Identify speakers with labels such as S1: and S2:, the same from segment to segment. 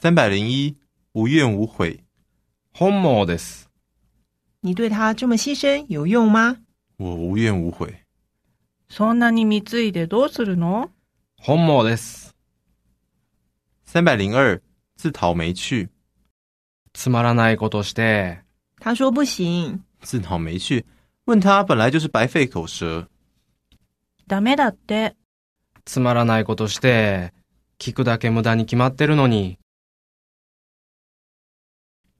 S1: 三百零一，无怨无悔。
S2: 本望です。
S3: 你对他这么牺牲有用吗？
S1: 我无怨无悔。
S4: そんなに貢いでどうするの
S2: 本望です。
S1: 三百零二，自讨没趣。
S2: つまらないことして、
S3: 他说不行。
S1: 自讨没趣，问他本来就是白费口舌。
S4: ダメだって。
S2: つまらないことして、聞くだけ無駄に決まってるのに、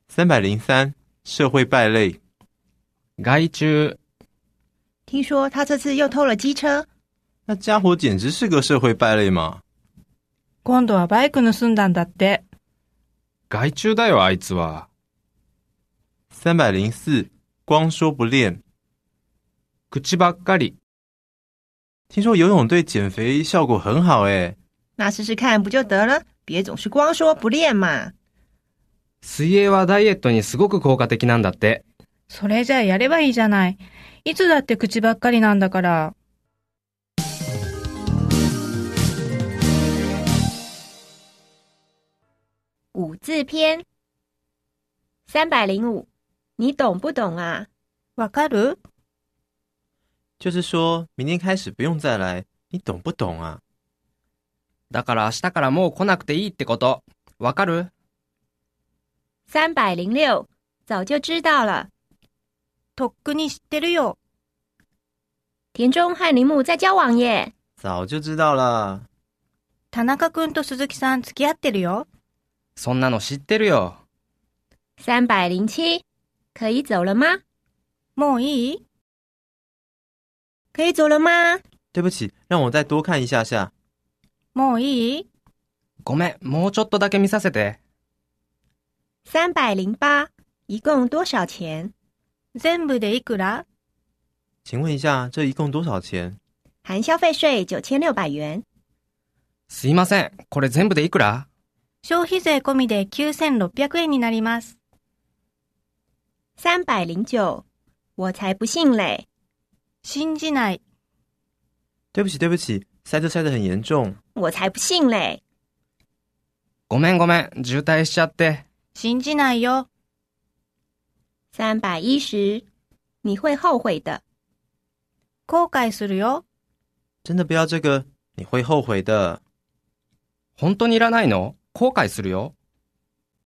S1: 三百零三，社会败类。
S2: 害虫、
S3: 听说他这次又偷了机车，
S1: 那家伙简直是个社会败类嘛！
S4: 今度はバイク盗んだんだって。
S2: 害虫だよあいつは。
S1: 三百零四，光说不练。
S2: 口ばっかり、
S1: 听说游泳对减肥效果很好诶，
S3: 那试试看不就得了？别总是光说不练嘛。
S2: 水泳はダイエットにすごく効果的なんだって。
S4: それじゃあやればいいじゃない。いつだって口ばっかりなんだから。
S5: 五字篇三百零五，你懂不懂啊？
S4: わかる
S1: 就是说明天开始不用再来，你懂不懂啊？
S2: だから明日からもう来なくていいってこと。わかる
S5: 三百零六，早就知道了。
S4: とっくに知ってるよ。
S5: 田中和铃木在交往耶。
S1: 早就知道啦。
S4: 田中くんと鈴木さん付き合ってるよ。
S2: そんなの知ってるよ。
S5: 三百零七，可以走了吗？
S4: もういい
S5: 可以走了吗？
S1: 对不起，让我再多看一下下。
S4: もういい
S2: ごめん、もうちょっとだけ見させて。
S5: 三百零八，一共多少钱？
S4: 全部でいくら
S1: 请问一下，这一共多少钱？
S5: 含消费税九千六百元。
S2: すいません、これ全部でいくら
S4: 消費税込みで9600円になります。
S5: 三百零九，我才不信嘞！
S4: 信じない。
S1: 对不起，对不起，塞车塞得很严重。
S5: 我才不信嘞！
S2: ごめんごめん、渋滞しちゃって。
S4: 信じないよ。
S5: 三百一十，你会后悔的。
S4: 後悔するよ。
S1: 真的不要这个，你会后悔的。
S2: 本当にいらないの後悔するよ。